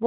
Mm,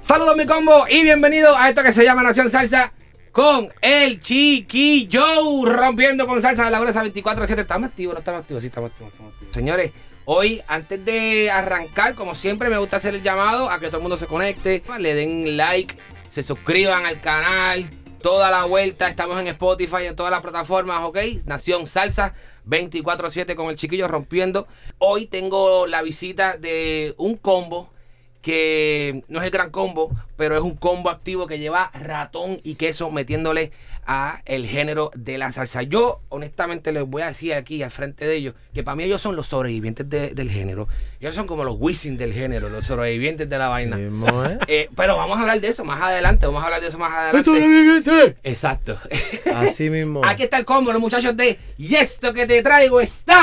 Saludos mi combo y bienvenido a esto que se llama Nación Salsa con el Chiquillo rompiendo con salsa de la gruesa 24-7. Estamos activos, no estamos activos, sí estamos activos, estamos activos. Señores, hoy antes de arrancar, como siempre, me gusta hacer el llamado a que todo el mundo se conecte, le den like, se suscriban al canal, toda la vuelta, estamos en Spotify, en todas las plataformas, ¿ok? Nación Salsa 24-7 con el Chiquillo rompiendo. Hoy tengo la visita de un combo que no es el gran combo, pero es un combo activo que lleva ratón y queso metiéndole a el género de la salsa. Yo honestamente les voy a decir aquí al frente de ellos que para mí ellos son los sobrevivientes de- del género. Ellos son como los Wisin del género, los sobrevivientes de la vaina. Eh, pero vamos a hablar de eso más adelante, vamos a hablar de eso más adelante. Exacto. Así mismo. Aquí está el combo, los muchachos de Y esto que te traigo está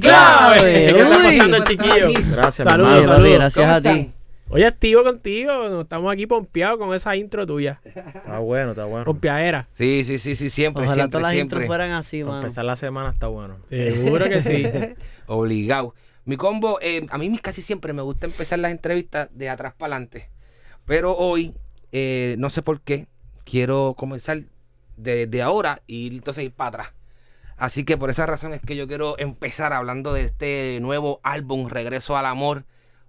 clave. ¿Qué está Uy. pasando, chiquillo? Gracias, mi Saludos, hermano. saludos. Papi, Gracias ¿Cómo a ti. están? Oye, activo contigo. Estamos aquí pompeados con esa intro tuya. Está bueno, está bueno. Pompeadera. Sí, sí, sí, sí, siempre, Ojalá siempre, todas las siempre. intros fueran así, Para mano. empezar la semana está bueno. Seguro que sí. Obligado. Mi combo, eh, a mí mis- casi siempre me gusta empezar las entrevistas de atrás para adelante. Pero hoy, eh, no sé por qué, quiero comenzar desde ahora y entonces ir para atrás. Así que por esa razón es que yo quiero empezar hablando de este nuevo álbum, Regreso al Amor.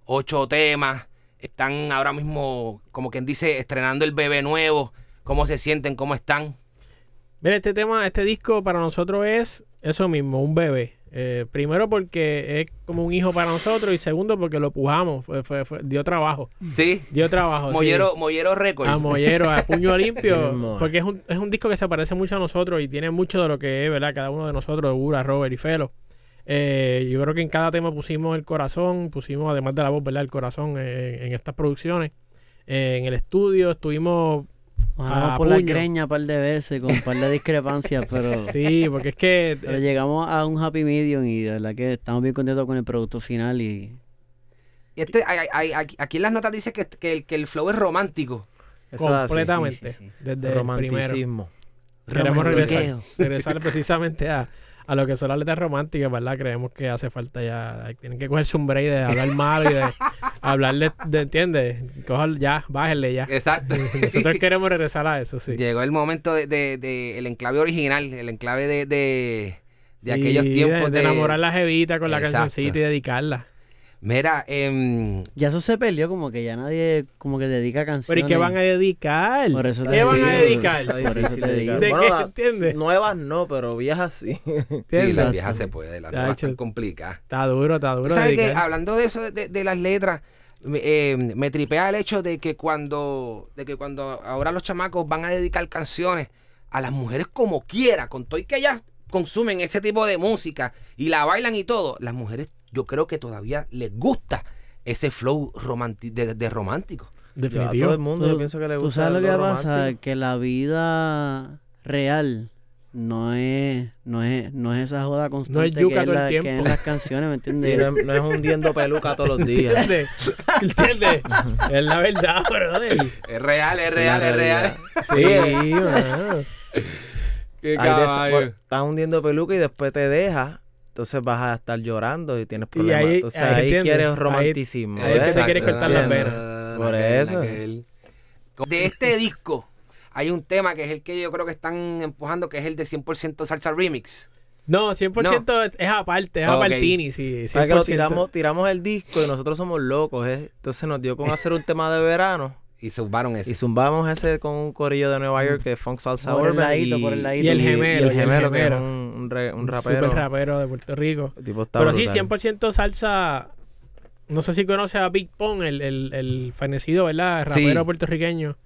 Ocho temas. Están ahora mismo, como quien dice, estrenando el bebé nuevo. ¿Cómo se sienten? ¿Cómo están? Mira, este tema, este disco para nosotros es eso mismo, un bebé. Eh, primero porque es como un hijo para nosotros y segundo porque lo pujamos. Fue- fue- fue- dio trabajo. Sí. Dio trabajo. Oh, sí. Mollero, Mollero Record. A Mollero, a Puño Sí, Limpio. mismo. porque es un, es un disco que se parece mucho a nosotros y tiene mucho de lo que es, ¿verdad? Cada uno de nosotros, Gura, Robert y Felo. Eh, yo creo que en cada tema pusimos el corazón, pusimos además de la voz, ¿verdad? El corazón eh, en estas producciones. Eh, en el estudio estuvimos. Nos a jalamos por la puño. greña un par de veces con un par de discrepancias, pero, Sí, porque es que. pero eh, llegamos a un happy medium y de verdad que estamos bien contentos con el producto final y Y Este, ay- ay- ay- aquí en las notas dice que, que el, que el flow es romántico. Eso es así, completamente. sí, sí, sí. Desde el primero. Romanticismo. Queremos regresar, Romantiqueo. regresar precisamente a, a lo que son las letras románticas, ¿verdad? Creemos que hace falta ya. eh, Tienen que cogerse un break de hablar mal y de hablarle, de, ¿entiendes? Cojan ya, bájenle ya. Exacto. Nosotros queremos regresar a eso, sí. Llegó el momento del de, de el enclave original, el enclave de, de, de Sí, aquellos tiempos. De, de enamorar la jevita con la Exacto. cancioncita y dedicarla. Mira, em, ya eso se perdió, como que ya nadie como que dedica Pero canciones. ¿y qué van a dedicar? Por eso te ¿Qué van digo, a dedicar? por eso Difícil te digo. dedicar. ¿De Bueno, qué? las ¿Entiendes? Nuevas no, pero viejas sí. sí, las Exacto. viejas se puede, las Ya, nuevas están hecho. complicadas. Está duro, está duro. ¿Sabes qué? Ah, dedicar. Hablando de eso, de, de las letras, me, eh, me tripea el hecho de que cuando de que cuando ahora los chamacos van a dedicar canciones a las mujeres como quiera, con todo y que ellas consumen ese tipo de música y la bailan y todo, las mujeres yo creo que todavía les gusta ese flow romanti- de, de romántico. Yo a todo el Definitivo. mundo yo pienso que le gusta. Tú sabes lo que pasa, romántico. que la vida real no es, no es, no es esa joda constante yuca que, es todo el la- que es en tiempo. las canciones, ¿me entiendes? Sí, no, es- no es hundiendo peluca todos los días. ¿Entiendes? ¿Entiendes? es la verdad, brother. Es real, es Esa la real, es real. realidad. Sí, mano. Qué Hay veces, caballo. bueno, estás hundiendo peluca y después te dejas. Entonces vas a estar llorando y tienes Y problemas. ahí- entonces ahí ahí, entiendes, ahí- quieres romanticismo. ahí es que te ¿ves? quieres cortar las ¿Entiendes? venas. Por eso. De este disco hay un tema que es el que yo creo que están empujando, que es el de 100% salsa remix. No, 100% es- es aparte, es Ah, ok. apartini, sí. ¿Sabes que lo 100%. tiramos, tiramos el disco y nosotros somos locos. ¿eh? Entonces nos dio con hacer un tema de verano. Y subaron Y ese. zumbamos ese con un corillo de Nueva York que es Funk Salsa Por el Urban ladito, y, por el ladito. Y el y- gemelo, y el gemelo, que es gemelo. un, un re- un Un rapero. Super rapero de Puerto Rico. El tipo está Pero sí, brutal. 100% salsa. No sé si conoce a Big Pong, el, el, el fenecido, ¿verdad? Sí. Rapero puertorriqueño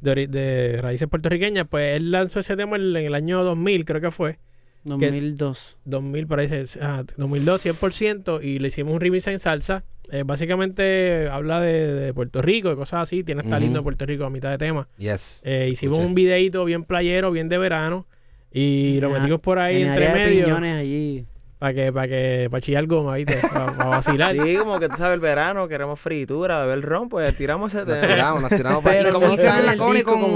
de, ori- de raíces puertorriqueñas. Pues él lanzó ese tema en, en el año 2000, creo que fue. que es- 2002. 2000, parece, es- ajá, 2002, 100%, y le hicimos un remix en salsa. Eh, básicamente habla de, de Puerto Rico y cosas así. Tiene hasta Ujú. lindo Puerto Rico a mitad de tema. Yes. Eh, hicimos Escuché. un videito bien playero, bien de verano, y lo Ajá, metimos por ahí en el entre área de medio piñones allí. para que, para que, para chillar goma, ¿viste? Para vacilar. Sí, como que tú sabes, el verano, queremos fritura, beber ron, pues tiramos ese Nos tema. tiramos, nos tiramos para ahí. Pero Como no hicieron sale la el Cone disco con. como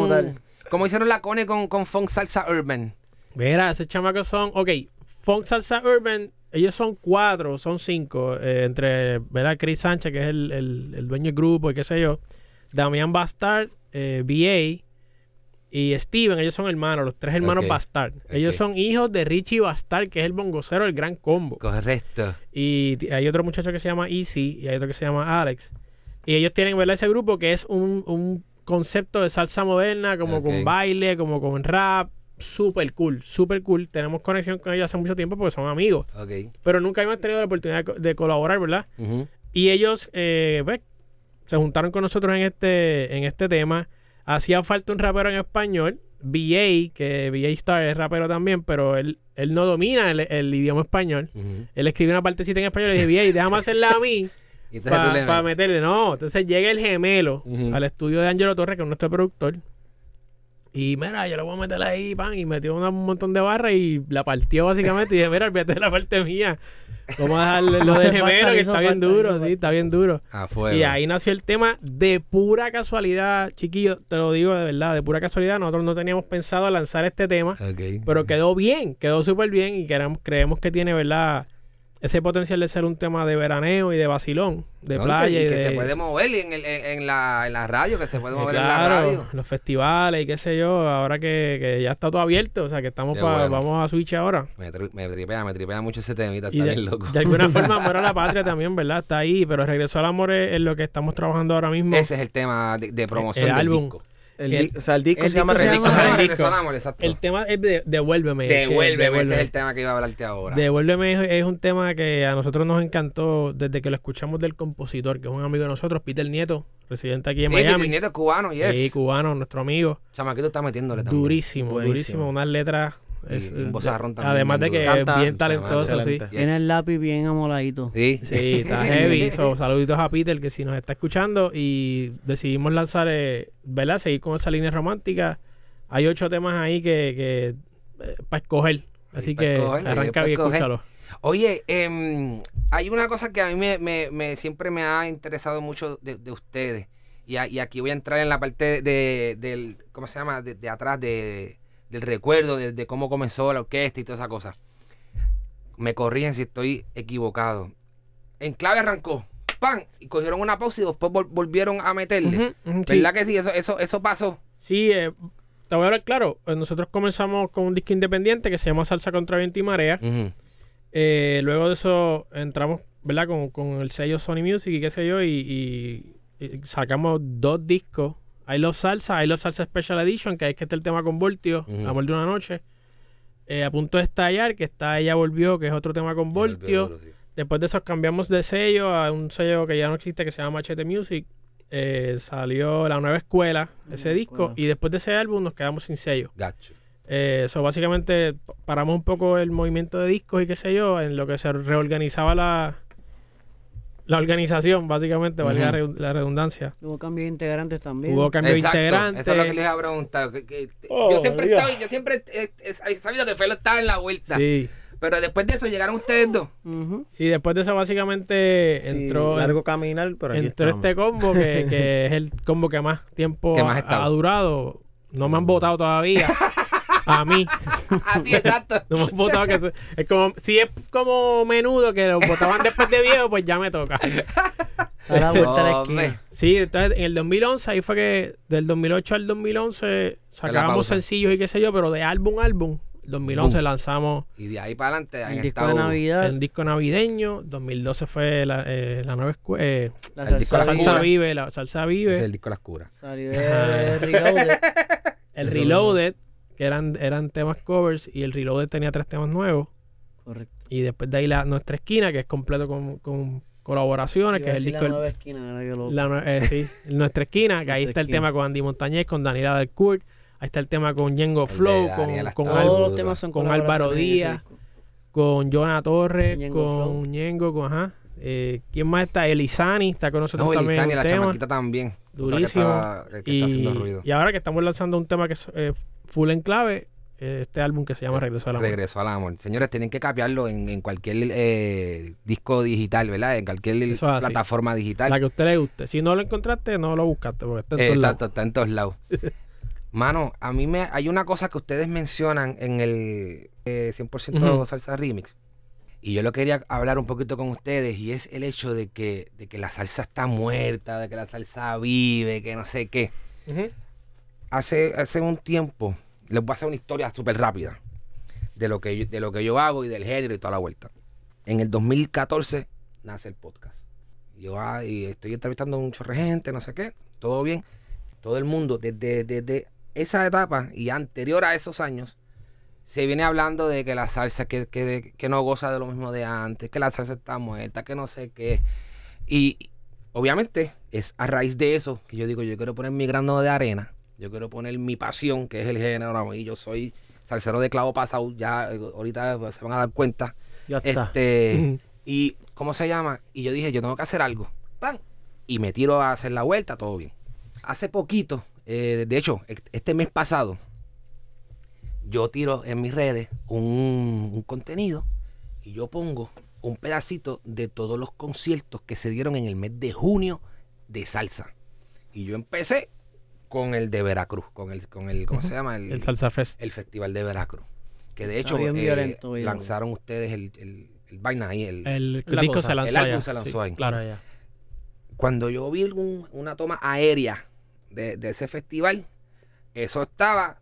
Como, tal. hicieron la Cone con, con Funk Salsa Urban. Mira, esos chamacos son, ok, Funk Salsa Urban, ellos son cuatro, son cinco, eh, entre, ¿verdad? Chris Sánchez, que es el, el- el dueño del grupo y qué sé yo, Damián Bastard, eh, BA y Steven, ellos son hermanos, los tres hermanos Ok, Bastard. Ellos ok. son hijos de Richie Bastard, que es el bongocero del Gran Combo. Correcto. Y t- hay otro muchacho que se llama Easy y hay otro que se llama Alex. Y ellos tienen, ¿verdad? Ese grupo que es un, un concepto de salsa moderna, como Ok. con baile, como con rap. Súper cool, súper cool. Tenemos conexión con ellos hace mucho tiempo porque son amigos. Ok. Pero nunca hemos tenido la oportunidad de co- de colaborar, ¿verdad? Ujú. Y ellos, eh, pues, se juntaron con nosotros en este, en este tema. Hacía falta un rapero en español. BA, que BA Star es rapero también, pero él, él no domina el- el idioma español. Ujú. Él escribió una partecita en español y le dije, "Ey, déjame hacerla a mí Y este entonces tú le para meterle. No, entonces llega el gemelo Ujú. al estudio de Angelo Torres, que es nuestro productor. Y mira, yo lo voy a meter ahí, pan, y metió una- un montón de barras y la partió básicamente. Y dije, mira, olvídate de la parte mía. Vamos a dejarle lo Hace del falta, gemelo, que hizo está bien falta, hizo duro, sí, falta. está bien duro. A fuego. Y ahí nació el tema de pura casualidad, chiquillo, te lo digo de verdad, de pura casualidad. Nosotros no teníamos pensado lanzar este tema. Ok. Pero quedó bien, quedó súper bien y queremos- creemos que tiene, ¿verdad? Ese potencial de ser un tema de veraneo y de vacilón, de No, y que- playa. Y Y que de, se puede mover y en, el- en- en la, en la radio, que se puede eh, mover en la claro, radio. los festivales y qué sé yo, ahora que, que ya está todo abierto, o sea que estamos Qué pa- bueno. vamos a Switch ahora. Me, tri- me tripea, me tripea mucho ese temita, Y Ah, está de, bien loco. de alguna forma Amor a la Patria también, ¿verdad? Está ahí, pero Regreso al Amor es, es lo que estamos trabajando ahora mismo. Ese es el tema de, de promoción El del álbum. disco. El El- di- o sea, el disco el se llama disco se Regreso- llama- el ah, disco. Regreso al Amor, exacto. El tema es de Devuélveme. que- Devuélveme, ese es el tema que iba a hablarte ahora. Devuélveme es, es un tema que a nosotros nos encantó desde que lo escuchamos del compositor, que es un amigo de nosotros, Peter Nieto, residente aquí en Sí, Miami. mi nieto es cubano, yes. Sí, cubano, nuestro amigo. Chamaquito está metiéndole también. Durísimo, Buenísimo. durísimo. Unas letras. Y es- un vozarrón también, Además bien de que duro. es bien Canta, talentoso, sí. excelente. Tiene el lápiz bien amoladito. Sí. Sí, está heavy. So, saluditos a Peter que si nos está escuchando y decidimos lanzar, eh, ¿verdad? Seguir con esa línea romántica. Hay ocho temas ahí que, para escoger. Así Sí, pa' que escoger, ahí arranca pa' y escoger. escúchalo. Oye, em, hay una cosa que a mí me, me- me- siempre me ha interesado mucho de, de ustedes. Y, a- y aquí voy a entrar en la parte de, del, ¿cómo se llama? De, de atrás, de, del recuerdo, de, de cómo comenzó la orquesta y toda esa cosa. Me corrigen si estoy equivocado. En clave arrancó, ¡pam! Y cogieron una pausa y después vol- volvieron a meterle. Ujú, ujú, sí. ¿Verdad que sí? Eso, eso, eso pasó. Sí, eh, te voy a hablar claro. Eh, Nosotros comenzamos con un disco independiente que se llama Salsa contra Viento y Marea. Eh, luego de eso entramos, ¿verdad? Con, con el sello Sony Music y qué sé yo, y, y- y sacamos dos discos. I Love Salsa, I Love Salsa Special Edition, que es que está el tema con Voltio, Ujú. Amor de una Noche. Eh, a punto de estallar, que está Ella Volvió, que es otro tema con Voltio. Después de eso cambiamos de sello a un sello que ya no existe que se llama Machete Music. Eh, salió La Nueva Escuela, ese Nueva disco, Escuela. y después de ese álbum nos quedamos sin sello. Gacho. Eh, so, básicamente p- paramos un poco el movimiento de discos y qué sé yo, en lo que se reorganizaba la, la organización, básicamente, valga la Ujú. redu- la redundancia. Hubo cambios de integrantes también. Hubo cambio Exacto, de integrantes. Eso es lo que les iba a preguntar. que- que- Oh, yo siempre Dios. estoy, yo siempre he, he- he sabido que Felo estaba en la vuelta. Sí. Pero después de eso llegaron ustedes dos. Ujú. Sí, después de eso básicamente Sí, entró, largo caminar, pero aquí entró estamos. este combo que, que es el combo que más tiempo Que más ha- estaba. ha durado. No me han votado todavía. A mí. A ti, exacto. No me han votado. Que eso- es como, si es como menudo que lo votaban después de viejo, pues ya me toca. A la vuelta de la Hombre. esquina. Sí, entonces en el 2011, ahí fue que del 2008 al 2011 sacábamos pausa. sencillos y qué sé yo, pero de álbum a álbum, 2011 lanzamos Y de ahí para adelante han El disco de estado- Ah. Navidad. el disco navideño, 2012 fue la, eh, la nueva escuela, La el disco la La salsa. salsa Cura. vive, la salsa Ese vive. Es el disco Las Curas. Salió de Ricardo. El Eso Reloaded, que eran, eran temas covers, y el Reloaded tenía tres temas nuevos. Correcto. Y después de ahí la, nuestra esquina, que es completo con, con colaboraciones, que Iba a es el decir la disco. nueva esquina, ahora que lo- la nue- eh, sí, nuestra esquina, que ahí Nuestra está el esquina. tema con Andy Montañez, con Daniela del Kurt. Ahí está el tema con Yengo de Flow, Daniel con, con Astral. Al- Todos duro. los temas son con Álvaro colaboraciones en ese Díaz, disco. con Jonah Torres, Ñengo Flow. con Ñengo, con ajá. Eh, ¿Quién más está? Elizani está con nosotros No, y también. Lizania, un la tema chamaquita también. Otra que durísimo. estaba- que está haciendo y, ruido. y ahora que estamos lanzando un tema que es eh, full en clave, eh, este álbum que se llama Regreso a la Amor. Regreso al amor. Señores, tienen que capearlo en, en cualquier eh, disco digital, ¿verdad? En cualquier Eso es así. plataforma digital. La que a usted le guste. Si no lo encontraste, no lo buscaste porque está en todos lados. Exacto, está en todos lados. Mano, a mí me hay una cosa que ustedes mencionan en el eh, 100% Ujú. salsa remix. Y yo lo quería hablar un poquito con ustedes y es el hecho de que, de que la salsa está muerta, de que la salsa vive, que no sé qué. Ujú. Hace, hace un tiempo, les voy a hacer una historia súper rápida de lo, que yo, de lo que yo hago y del género y toda la vuelta. En el 2014 nace el podcast. Yo ah, y estoy entrevistando a un chorre de gente, no sé qué, todo bien. Todo el mundo, desde, desde esa etapa y anterior a esos años, se viene hablando de que la salsa, que, que- que no goza de lo mismo de antes, que la salsa está muerta, que no sé qué. Y obviamente es a raíz de eso que yo digo, yo quiero poner mi grano de arena, yo quiero poner mi pasión, que es el género, y yo soy salsero de clavo pasado, ya eh, ahorita pues, se van a dar cuenta. Ya está. Este, y ¿cómo se llama? Y yo dije, yo tengo que hacer algo. ¡Pam! Y me tiro a hacer la vuelta, todo bien. Hace poquito, eh, de hecho, ex- este mes pasado, yo tiro en mis redes un, un contenido y yo pongo un pedacito de todos los conciertos que se dieron en el mes de junio de salsa. Y yo empecé con el de Veracruz, con el, con el ¿cómo se llama? El Salsa Fest. el Festival de Veracruz. Que de Está hecho bien eh, violento, bien. lanzaron ustedes el, el- el vaina ahí. El, El La disco cosa, se lanzó el álbum allá. se lanzó Sí, ahí. Claro. Ahora ya. Cuando yo vi un- una toma aérea de, de ese festival, eso estaba.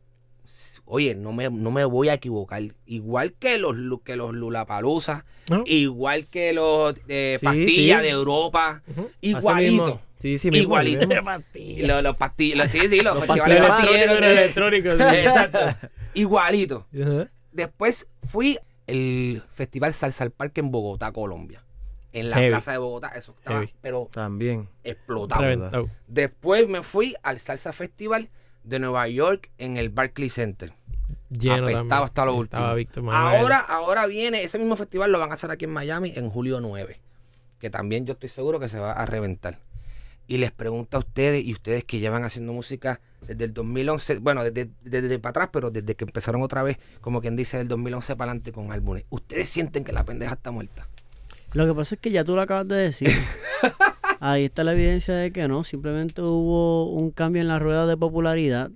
Oye, no me, no me voy a equivocar. Igual que los, lu- que los Lulapalooza, ¿No? igual que los eh, Sí, Pastillas sí. de Europa, Ujú. Así mismo. igualito. Sí, sí, mismo, Igualito. mismo. Y Los, los pastillas, sí, sí, los, Los festivales pastillas pastilleros Electrónico, de- electrónico, sí. Exacto. Igualito. Ajá. Después fui al Festival Salsa al Parque en Bogotá, Colombia. En la Heavy. plaza de Bogotá, eso estaba, Heavy. pero También. explotado. Reventado. Después me fui al Salsa Festival de Nueva York en el Barclays Center. Lleno Apestaba también. hasta lo Estaba último. Víctor Manuel. Ahora, ahora viene, ese mismo festival lo van a hacer aquí en Miami en julio 9, que también yo estoy seguro que se va a reventar. Y les pregunto a ustedes, y ustedes que llevan haciendo música desde el 2011, bueno, desde, desde, para atrás, pero desde que empezaron otra vez, como quien dice, del 2011 para adelante con álbumes, ¿ustedes sienten que la pendeja está muerta? Lo que pasa es que ya tú lo acabas de decir. Ahí está la evidencia de que no, simplemente hubo un cambio en la rueda de popularidad.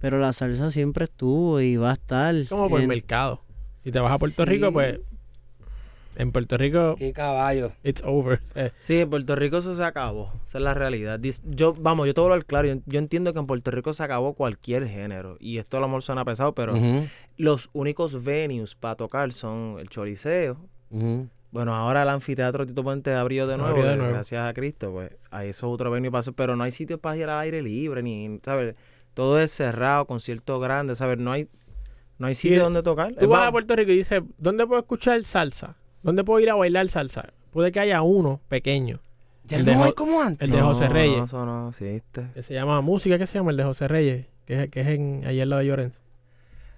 Pero la salsa siempre estuvo y va a estar. Como por en- mercado. Si te vas a Puerto Rico, pues. En Puerto Rico, ¡Qué caballo! it's over. Eh, Sí, en Puerto Rico eso se acabó. Esa es la realidad. Dis- Yo, vamos, yo te voy a hablar claro. Yo, yo entiendo que en Puerto Rico se acabó cualquier género. Y esto a lo mejor suena pesado, pero Ujú, los únicos venues para tocar son el Choliseo. ujú. Bueno, ahora el anfiteatro Tito Puente abrió de nuevo, Abrió de eh, nuevo. gracias a Cristo, pues. Ahí eso es otro venue para hacer, pero no hay sitios para ir al aire libre, ni, ¿sabes? Todo es cerrado, conciertos grandes, ¿sabes? No hay, no hay sitio eh, donde tocar. Tú Es vas más, a Puerto Rico y dices, ¿dónde puedo escuchar salsa? ¿Dónde puedo ir a bailar salsa? Puede que haya uno pequeño, Ya El no de Jo- es como antes. el de No, José Reyes, No, eso no existe. que se llama Música, ¿qué se llama? El de José Reyes, que es, que es en, ahí al lado de Llorenzo.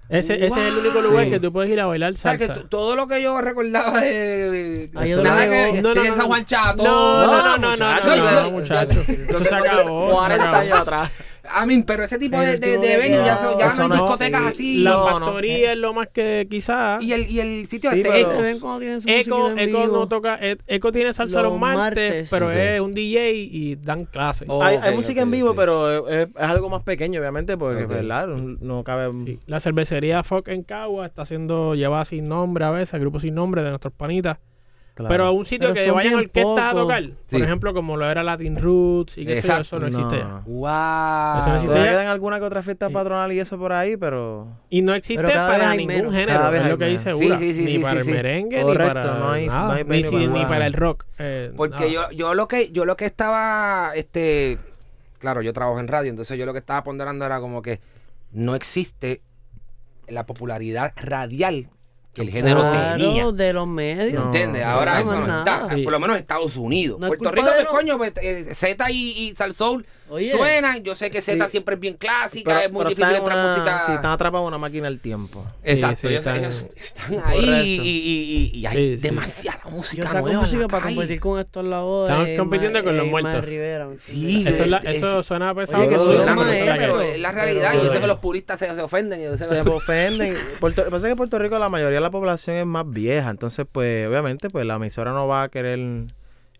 Ese, ese es el único lugar Sí. que tú puedes ir a bailar O sea, salsa. que t- todo lo que yo recordaba de... Ahí nada donde que... No, no, de no, San no. Juan Chato. No, no, no, no, no, muchacho, no, no, eso- muchacho. Eso se acabó. eso se 40 años acabó. atrás. I mean, pero ese tipo de, Ese de, tipo de de- venue ya, no, son- ya eso no hay no, discotecas sí. así. La No, no. factoría es lo más que quizás. Y el, y el sitio Sí, este pero- Te Ecos. ven cuando tienen su Eco, musiquita en Eco vivo. no toca, E- Eco tiene salsa los, Los martes, martes. pero Ok. es un DJ y dan clases. Oh, hay ok, hay música ok, en vivo, ok. pero es, es algo más pequeño, obviamente, porque, Ok. ¿verdad? No cabe... Sí. La cervecería Fox en Cagua está haciendo llevada sin nombre a veces, a grupos sin nombre de nuestros panitas. claro. Pero a un sitio Pero que son vayan bien orquestas a pocos. tocar, por Sí. ejemplo, como lo era Latin Roots y qué sé yo, eso no, Exacto. existe. ya. ¡Wow! Eso no existe. Todavía ya- quedan alguna que otra fiesta patronal y eso por ahí, pero... Y no existe Pero cada vez para hay ningún menos. género, Cada vez es lo hay que dice menos. Ura. Sí, sí, sí, ni sí, para sí, el sí. merengue, Correcto, ni para, no hay- nada. no hay ni, venue si- para ni nada. para el rock. eh, nada. Porque yo, yo lo que yo lo que estaba este claro, yo trabajo en radio, entonces yo lo que estaba ponderando era como que no existe la popularidad radial que el género Claro, tenía. de los medios. No. ¿Entiendes? sí, Ahora no, eso no más está. nada. Por lo menos en Estados Unidos. No es Puerto culpa Rico, de pues los- coño, pues, eh, Z y, y Sal Soul Oye. suenan. Yo sé que Z Sí. siempre es bien clásica, Pero- es muy pero difícil están entrar una- música. Sí, están atrapados en una máquina del tiempo. Exacto, Sí, sí, ellos, están- ellos están ahí Correcto. y, y- y- y hay Sí, sí. demasiada Yo música saco nueva. en la música para calle. competir con estos lados. eh, Estamos compitiendo con los muertos. Rivera, ¿me Sí, entiendes? Eso, es la- Es- eso suena pesado. Oye, pero que eso son es la maestros, cosa que- pero eh, que- es la realidad. pero- yo sé que los puristas se, se ofenden. yo sé Se que- ofenden. Puerto- pasa que en Puerto Rico la mayoría de la población es más vieja, entonces pues obviamente pues la emisora no va a querer...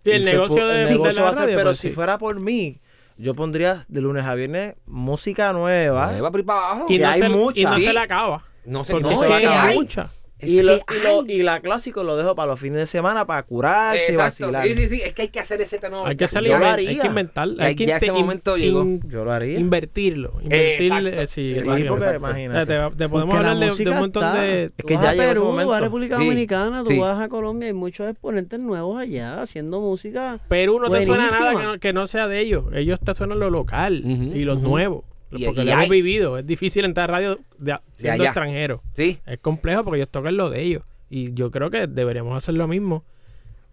Sí, el irse negocio por- de- el de negocio la va a ser, radio, pero pues, si sí. fuera por mí, yo pondría de lunes a viernes música nueva. Eh, va por ahí para abajo. Y Que no, hay se, mucha. y no Sí. se la acaba. No sé, Porque no, se es va a que acabar hay. mucha. Es Y, que lo- y lo- hay. y la clásico lo dejo para los fines de semana para curarse y Exacto. vacilar. ah, Sí, sí, sí. Es que hay que hacer ese nuevo. Hay que Yo salir, lo hay haría. que inventar. Ya- Hay que ya ese in- momento llegó. Yo lo haría. Invertirlo. Invertir. Exacto. eh, sí, Sí, imagínate. porque Exacto. imagínate. Eh, Te, te podemos Porque la hablar de- de, música un montón está. de. Es Tú que vas ya a llegó ese Perú, vas a momento. República Sí, Dominicana, tú sí. vas a Colombia, hay muchos exponentes nuevos allá haciendo música. Perú no te suena Buenísima. nada que no, que no sea de ellos. Ellos te suenan lo local Ujú, y los ujú. nuevos. Y- Porque y lo hay- hemos vivido. Es difícil entrar a radio de, siendo allá. extranjero. Sí. Es complejo porque ellos tocan lo de ellos. Y yo creo que deberíamos hacer lo mismo.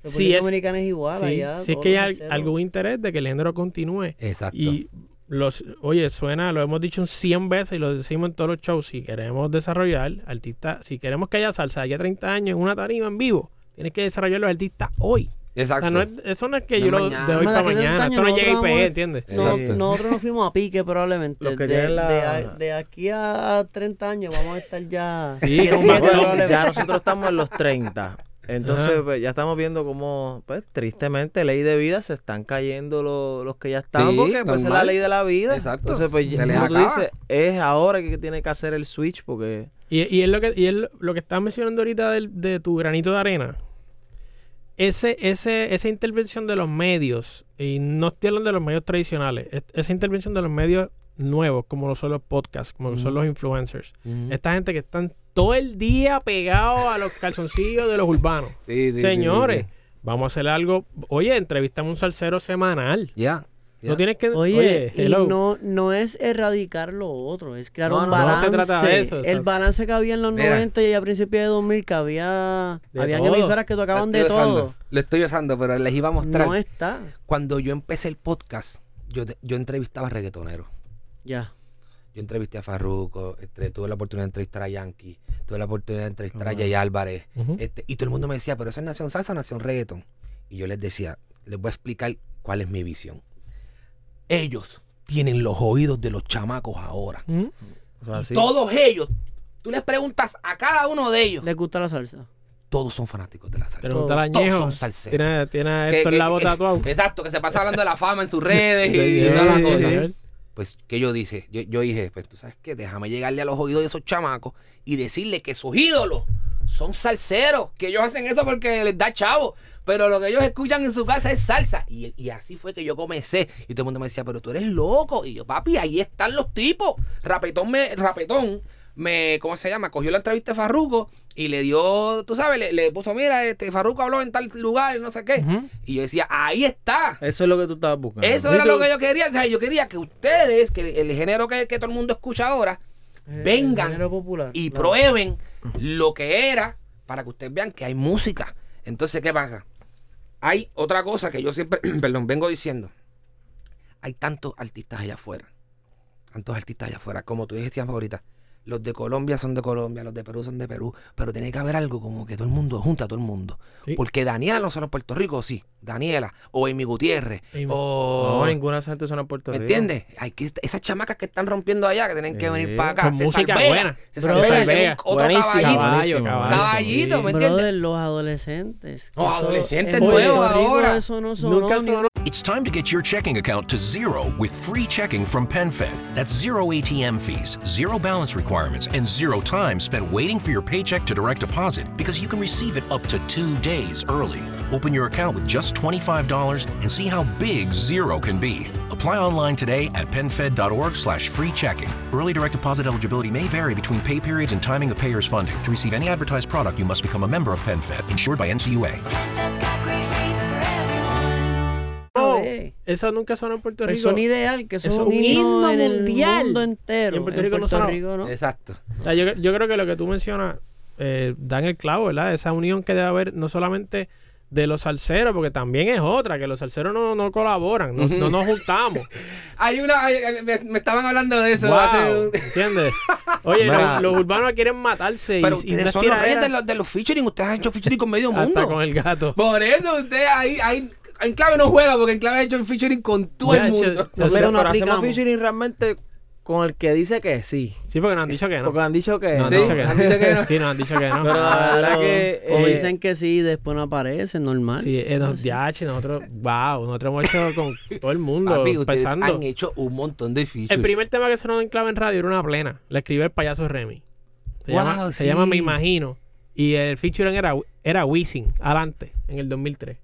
República Si es, Dominicana es igual sí, allá. si es todo que hay de al- cero. algún interés de que el género continúe. Exacto. Y los, oye, suena, lo hemos dicho un 100 veces y lo decimos en todos los shows. Si queremos desarrollar artistas, si queremos que haya salsa de aquí a 30 años en una tarima en vivo, tienes que desarrollar los artistas hoy. O Exacto. sea, ah, no es- eso no es que No yo lo mañana. de hoy Mira, para que de mañana. antaño Esto no llega nosotros IPE, vamos- E, ¿entiendes? No- Exacto. nosotros nos fuimos a pique probablemente. Los que de, tienen la- de a- de aquí a 30 años vamos a estar ya. Sí, Pero con bueno, Macron. ya nosotros estamos en los 30. Entonces, pues, ya estamos viendo cómo, pues, tristemente, ley de vida se están cayendo lo- los que ya están, Sí, porque pues, es la normal. ley de la vida. Exacto. Entonces, pues, Se ya- les como tú acaba. dices, es ahora que tiene que hacer el switch, porque Y, y es lo que y es lo- lo que estás mencionando ahorita del- de, tu granito de arena. Ese, ese, esa intervención de los medios, y no estoy hablando de los medios tradicionales, es- esa intervención de los medios nuevos, como lo son los podcasts, como lo son los influencers. Esta gente que están todo el día pegados a los calzoncillos de los urbanos. Sí, sí, sí, Señores, sí, vamos a hacer algo. Oye, entrevistamos a un salsero semanal. sí. Ya. ya. No tienes que. Oye, y hello. no, no es erradicar lo otro, es crear No, un no, no balance. se trata de eso, el exacto. balance que había en los Mira. 90 y a principios de 2000 que había De habían todo. emisoras que Lo tocaban estoy de todo. usando, Lo estoy usando, pero les iba a mostrar. No está. Cuando yo empecé el podcast, yo, te- yo entrevistaba a reggaetoneros. Ya. Yo entrevisté a Farruko, este, tuve la oportunidad de entrevistar a Yankee, tuve la oportunidad de entrevistar a Jay Álvarez. Ujú. este, y todo el mundo me decía, pero eso es Nación Salsa, o Nación Reggaeton. Y yo les decía, les voy a explicar cuál es mi visión. Ellos tienen los oídos de los chamacos ahora. Ujú. o sea, así, Todos ellos, tú les preguntas a cada uno de ellos. Les gusta la salsa. Todos son fanáticos de la salsa. Preguntar a Todos Ñejo. son salseros. Tiene, tiene Que- esto en que- la bota tatuado. Exacto, que se pasa hablando de la fama en sus redes y, Sí, toda sí, la cosa. sí. Pues que yo dije, yo, yo dije, pues tú sabes qué, déjame llegarle a los oídos de esos chamacos y decirle que sus ídolos son salseros, que ellos hacen eso porque les da chavo, pero lo que ellos escuchan en su casa es salsa. Y, y así fue que yo comencé. Y todo el mundo me decía, pero tú eres loco. Y yo, papi, ahí están los tipos. Rapetón me, rapetón me, ¿cómo se llama? Cogió la entrevista de Farruco y le dio, tú sabes, le, le puso, mira, este Farruco habló en tal lugar, no sé qué. Y yo decía, ahí está. eso es lo que tú estabas buscando. Eso era lo que yo quería. O sea, yo quería que ustedes, que el género que, que todo el mundo escucha ahora, Eh, El vengan género popular, y claro. prueben lo que era para que ustedes vean que hay música. Entonces, ¿qué pasa? Hay otra cosa que yo siempre, perdón, vengo diciendo. Hay tantos artistas allá afuera. Tantos artistas allá afuera. Como tú decías ahorita, los de Colombia son de Colombia, los de Perú son de Perú. Pero tiene que haber algo como que todo el mundo junta a todo el mundo. Sí. Porque Daniela no solo en Puerto Rico, sí. Daniela, o Amy Gutiérrez, Amy. o. No, ninguna de esas gente suena en Puerto ¿Me Rico. entiendes? Hay que, esas chamacas que están rompiendo allá, que tienen que Sí. venir para acá. Con se música salvea, buena. Se Bro, salvea, se vea. es un- otro Buenísimo. caballito. Buenísimo, Caballito, ¿me entiendes? Brother, los adolescentes. que Los eso- adolescentes en Puerto nuevos Rico ahora. Eso no sonó Nunca ni- sonó. It's time to get your checking account to zero with free checking from PenFed. That's zero ATM fees, zero balance requirements, and zero time spent waiting for your paycheck to direct deposit because you can receive it up to two days early. Open your account with just $25 and see how big zero can be. Apply online today at PenFed.org slash free checking. Early direct deposit eligibility may vary between pay periods and timing of payer's funding. To receive any advertised product, you must become a member of PenFed, insured by NCUA. That's got great rates for everyone. No, Ve. eso nunca sonó en Puerto El Rico. son ideal, que eso es Eso un es un himno himno en el mundial. mundo entero. Y en Puerto Rico no sonaba. Rico no. Exacto. O sea, yo, yo creo que lo que tú mencionas eh, dan el clavo, ¿verdad? Esa unión que debe haber no solamente de los salseros, porque también es otra, que los salseros no, no colaboran, no, no nos juntamos. Hay una. hay- hay- me, me estaban hablando de eso. Wow, hace un- ¿Entiendes? Oye, Mira. los, los urbanos quieren matarse y, Pero y ustedes las son los reyes tiraderas de los, de los featuring. Ustedes han hecho featuring con medio mundo. hasta con el gato. Por eso ustedes ahí. ahí en clave no juega porque en clave ha hecho el featuring con todo Ya, el mundo. che, Pero, Nosotros pero hacemos aplicamos. featuring realmente con el que dice que sí. Sí, porque nos han dicho que no. Porque han dicho que No, no. han dicho que Eh, han dicho que no. no. Sí, nos han dicho que no. Pero la verdad que. o eh, dicen que sí y después no aparecen, normal. Sí, eh, nos, diache, nosotros, wow, nosotros hemos hecho con todo el mundo, Papi, ustedes empezando. han hecho un montón de features. El primer tema que sonó en clave en radio era una plena. La escribió el payaso Remy. Se, Wow, llama, se sí. llama Me Imagino. Y el featuring era, era Wisin, adelante, en el 2003.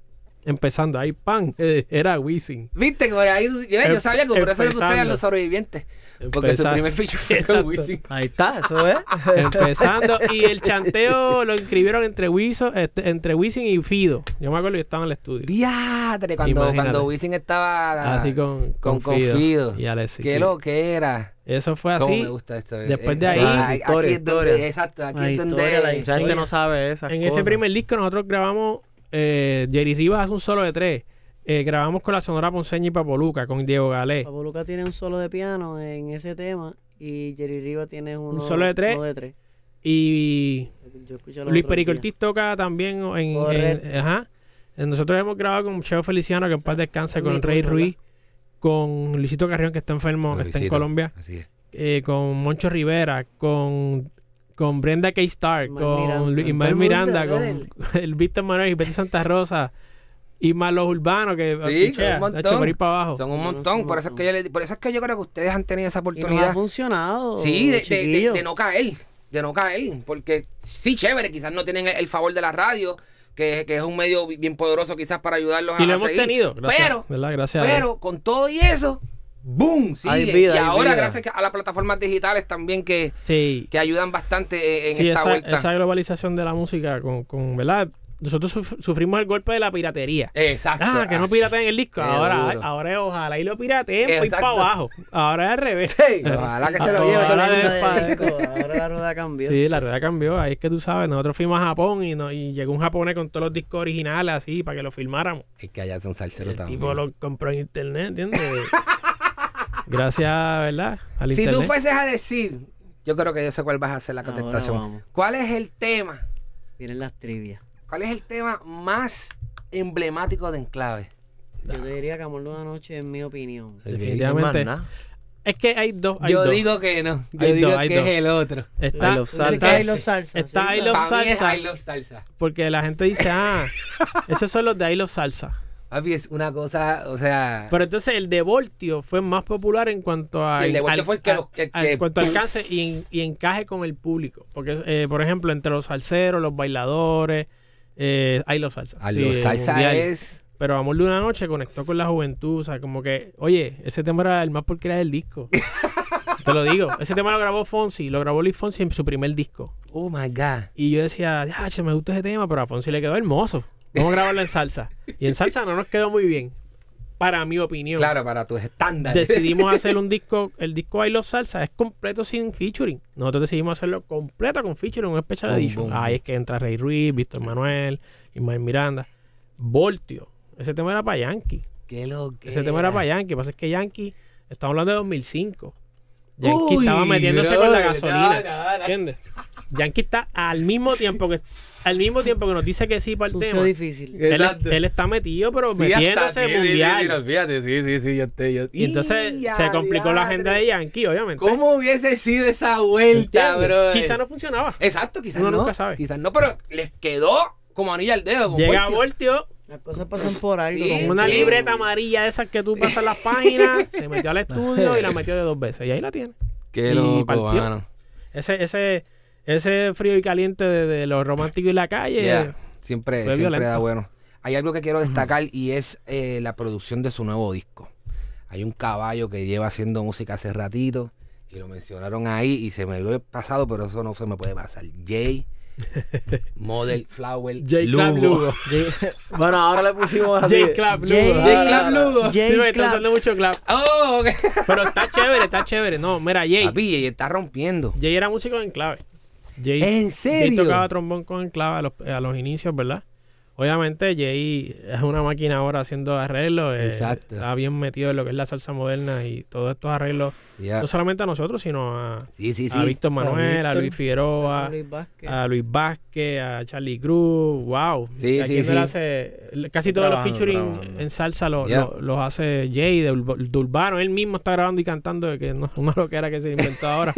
Empezando ahí, pan, eh, era Wisin. Viste que por ahí. Yo, yo Em- sabía que por eso eran ustedes empezando. los sobrevivientes. Porque su Empezando. primer feature fue con Exacto. Wisin. Ahí está, eso es. Empezando. y el chanteo lo escribieron entre, Wiso, este, entre Wisin y Fido. Yo me acuerdo que estaba en el estudio. Diadre, cuando, Imagínate. cuando Wisin estaba Así con, con, con Fido. Fido. Y Alexis. Qué sí. lo que era. Eso fue Cómo así. me gusta esto. después de Eh, ahí, ah, historia, aquí es donde- historia. Exacto, aquí La es donde. historia, la Mucha gente no sabe esas En cosas. ese primer disco nosotros grabamos, eh, Jerry Rivas hace un solo de tres. Eh, grabamos con la Sonora Ponceña y Papoluca, con Diego Galé. Papo Luca tiene un solo de piano en ese tema y Jerry Riva tiene uno, solo de tres. uno de tres. Y Yo escuché los Luis otros Perico días. Ortiz toca también en... Correcto. en- ajá. Eh, Nosotros hemos grabado con Cheo Feliciano, que en paz descansa, con Mi Rey culpa, Ruiz, con Luisito Carrión, que está enfermo, que está en Luisito, Colombia, Así es. eh, con Moncho Rivera, con, con Brenda K. Stark, Ismael con Miranda. Luis Todo Ismael el mundo, Miranda, brother. con el Víctor Manuel y Betty Santa Rosa, y más los urbanos que... Sí, pichea, un montón. tacho, por ir para abajo. Oh, Son un Son un montón. Por eso, es que yo montón. le- por eso es que yo creo que ustedes han tenido esa Y nos ha oportunidad. funcionado. Sí, de, de- de- chiquillo. de no caer, de no caer, porque sí, chévere, quizás no tienen el, el favor de la radio, que, que es un medio bi- bien poderoso quizás para ayudarlos a Y lo a hemos seguir. tenido. Gracias, pero, ¿verdad? Gracias a Dios. pero con todo y eso, ¡boom! Sigue. Hay vida, y hay ahora, vida. gracias a las plataformas digitales también que, Sí. que ayudan bastante eh, en Sí, esta esa, vuelta. esa globalización de la música con, con ¿verdad? Nosotros suf- sufrimos el golpe de la piratería. Exacto. Ah, que no pirateen el qué disco. Ahora, duro. ahora es ojalá y lo pirateen pues, y Exacto. para abajo. Ahora es al revés. Sí, ojalá que se lo lleve todo el Ahora mundo. es pa- Ahora, ahora la rueda cambió. Sí, la realidad cambió. Ahí es que tú sabes, nosotros fuimos a Japón y, no- y llegó un japonés con todos los discos originales así para que los filmáramos. Es que allá son salseros El también. tipo lo compró en internet, ¿entiendes? Gracias, ¿verdad? Al Si tú internet. fueses a decir, yo creo que yo sé cuál vas a hacer la Ahora contestación. vamos. ¿Cuál es el tema? Vienen las trivias. ¿Cuál es el tema más emblemático de Enclave? Yo te diría que Amor de una noche, en mi opinión. Definitivamente. Más nada. Es que hay dos. Hay Yo dos. digo que no. Yo Hay digo dos, hay que dos. es el otro. Está, I Love Tú dices está- que Salsa. I Love Salsa, Está ¿sí? I Love Para mí es Salsa. I Love Salsa. Porque la gente dice, ah, esos son los de ahí los salsa. Papi, es una cosa, o sea... Pero entonces el de Voltio fue más popular en cuanto a. Sí, el de Voltio al- fue el que a- los- el a- en que- cuanto a alcance y, en- y encaje con el público. Porque, eh, por ejemplo, entre los salseros, los bailadores, eh, hay los salsa. I Sí, Love el Ah, Salsa mundial. es... Pero Amor de una Noche conectó con la juventud. O sea, como que, oye, ese tema era el más porquería del disco. Te lo digo. Ese tema lo grabó Fonsi, lo grabó Luis Fonsi en su primer disco. Oh my God. Y yo decía, ah, che, me gusta ese tema, pero a Fonsi le quedó hermoso. Vamos a grabarlo en salsa. Y en salsa no nos quedó muy bien, para mi opinión. Claro, para tus estándares. Decidimos hacer un disco, el disco I Love Salsa es completo sin featuring. Nosotros decidimos hacerlo completo con featuring, un special Boom, edition. boom, Ahí es que entra Rey Ruiz, Víctor Manuel, Ismael Miranda. Voltio, ese tema era para Yankee. Qué lo que Ese tema era para Yankee. Lo que pasa es que Yankee, estamos hablando de 2005. Yankee Uy, estaba metiéndose con la brother, gasolina. no, no, no. ¿Entiendes? Yankee está al mismo tiempo que al mismo tiempo que nos dice que sí para el Sucio tema. difícil. Él, Exacto. él está metido, pero Sí, hasta- metiéndose sí, sí, Sí, sí, mundial. olvídate, sí, sí, sí, yo te- yo- Y entonces ¡Ya, se complicó la agenda diadre! de Yankee, obviamente. ¿Cómo hubiese sido esa vuelta, ¿Entiendes? bro? Quizá no funcionaba. Exacto, quizás Uno no. nunca sabe. Quizás no, pero les quedó como anillo al dedo. como Llega Voltio. Voltio Las cosas pasan por algo. Sí, con como una un- sí. libreta amarilla de esas que tú pasas las páginas, se metió al estudio y la metió de dos veces. Y ahí la tiene. Qué Y loco, partió. mano. Ese, ese, ese frío y caliente de, de lo romántico y la calle. Yeah. Siempre, Eh, fue siempre da violento. bueno. Hay algo que quiero destacar y es eh, la producción de su nuevo disco. Hay un caballo que lleva haciendo música hace ratito y lo mencionaron ahí y se me había pasado, pero eso no se me puede pasar. Jay, Model, Flower, J. Club Lugo. Bueno, ahora le pusimos así. J. Club Lugo. J. Club Lugo. Sí, J. me está Clap. usando mucho clap. ¡Oh! ok. Pero está chévere, está chévere. No, mira, Jay. Papi, Jay está rompiendo. Jay era músico en clave. Jay, ¿En Jay serio? tocaba trombón con enclave a los, a los inicios, ¿verdad? Obviamente Jay es una máquina ahora haciendo arreglos. eh, Exacto. Está bien metido en lo que es la salsa moderna y todos estos arreglos. Ya. No solamente a nosotros, sino a, Sí, sí, a sí. Víctor Manuel, a Víctor. Luis Figueroa, Luis Vázquez. a Luis Vázquez, a Charlie Cruz, wow. Sí, ¿A sí, quién se sí. le hace? Le- Casi todos los Trabajando, featuring trabajando. en salsa lo- Yeah. lo- los hace Jay de, Ur- de Urbano. Él mismo está grabando y cantando, de que no, una loquera que se inventó ahora.